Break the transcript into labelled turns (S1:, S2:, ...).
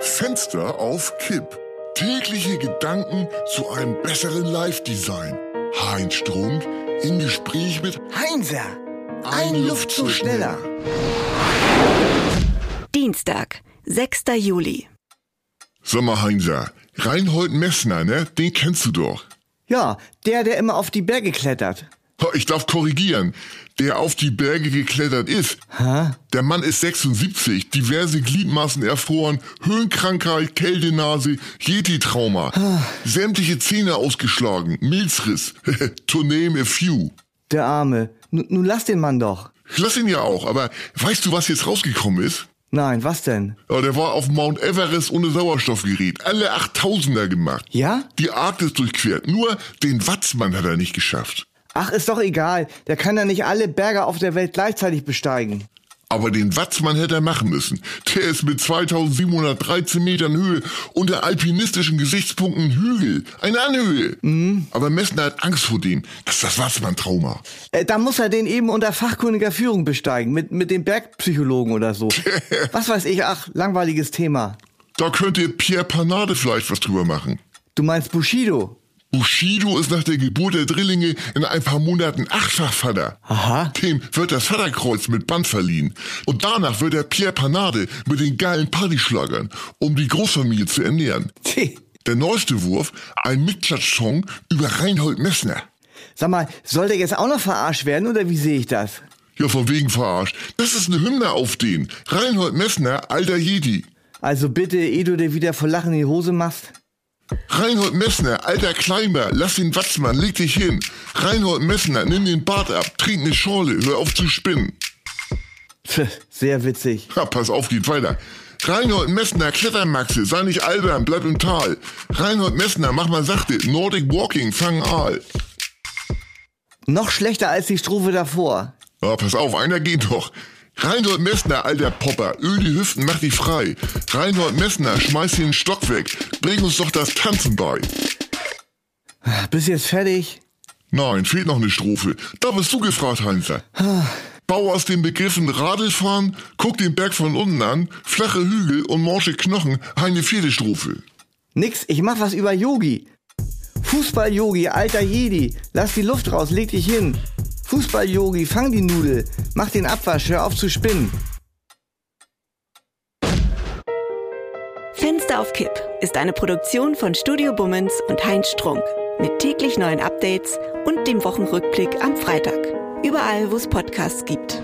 S1: Fenster auf Kipp. Tägliche Gedanken zu einem besseren Live-Design. Heinz Strunk im Gespräch mit
S2: Heinzer, ein, Luftzug ne? schneller.
S3: Dienstag, 6. Juli.
S1: Sag mal, Heinzer, Reinhold Messner, ne? Den kennst du doch.
S2: Ja, der, der immer auf die Berge klettert.
S1: Ha, Ich darf korrigieren. Der auf die Berge geklettert ist.
S2: Hä?
S1: Der Mann ist 76, diverse Gliedmaßen erfroren, Höhenkrankheit, Kältenase, Yeti-Trauma,
S2: Ah.
S1: sämtliche Zähne ausgeschlagen, Milzriss, to name a few.
S2: Der Arme. N nun lass den Mann doch.
S1: Ich lass ihn ja auch, aber weißt du, was jetzt rausgekommen ist?
S2: Nein, was denn?
S1: Ja, der war auf Mount Everest ohne Sauerstoffgerät, alle 8000er gemacht.
S2: Ja?
S1: Die Arktis durchquert, nur den Watzmann hat er nicht geschafft.
S2: Ach, ist doch egal. Der kann ja nicht alle Berge auf der Welt gleichzeitig besteigen.
S1: Aber den Watzmann hätte er machen müssen. Der ist mit 2713 Metern Höhe unter alpinistischen Gesichtspunkten ein Hügel. Eine Anhöhe. Aber Messner hat Angst vor dem. Das ist das Watzmann-Trauma.
S2: Äh, da muss er den eben unter fachkundiger Führung besteigen. Mit, mit dem Bergpsychologen oder so. was weiß ich, ach, langweiliges Thema.
S1: Da könnte Pierre Panade vielleicht was drüber machen.
S2: Du meinst Bushido?
S1: Bushido ist nach der Geburt der Drillinge in ein paar Monaten achtfach Vater.
S2: Aha.
S1: Dem wird das Vaterkreuz mit Band verliehen. Und danach wird er Pierre Panade mit den geilen Partyschlagern, um die Großfamilie zu ernähren.
S2: Tee.
S1: Der neueste Wurf, ein Mitklatsch-Song über Reinhold Messner.
S2: Sag mal, soll der jetzt auch noch verarscht werden oder wie sehe ich das?
S1: Ja, von wegen verarscht. Das ist eine Hymne auf den. Reinhold Messner, alter Jedi.
S2: Also bitte, ehe du dir wieder vor Lachen in die Hose machst.
S1: Reinhold Messner, alter Kleimer, lass den Watzmann, leg dich hin. Reinhold Messner, nimm den Bart ab, trink eine Schorle, hör auf zu spinnen.
S2: Pff, Sehr witzig.
S1: Ja, pass auf, geht weiter. Reinhold Messner, Klettermaxe, sei nicht albern, bleib im Tal. Reinhold Messner, mach mal sachte, Nordic Walking, fang Aal.
S2: Noch schlechter als die Strophe davor.
S1: Ja, pass auf, einer geht doch. Reinhold Messner, alter Popper, öl die Hüften, mach dich frei. Reinhold Messner, schmeiß den Stock weg, bring uns doch das Tanzen bei.
S2: Bist jetzt fertig?
S1: Nein, fehlt noch eine Strophe. Da bist du gefragt, Heinzer. Bau aus den Begriffen Radlfahren, guck den Berg von unten an, flache Hügel und morsche Knochen eine vierte Strophe.
S2: Nix, ich mach was über Yogi. Fußball-Yogi, alter Jedi, lass die Luft raus, leg dich hin. Fußball-Yogi, fang die Nudel, mach den Abwasch, hör auf zu spinnen.
S3: Fenster auf Kipp ist eine Produktion von Studio Bummens und Heinz Strunk. Mit täglich neuen Updates und dem Wochenrückblick am Freitag. Überall, wo es Podcasts gibt.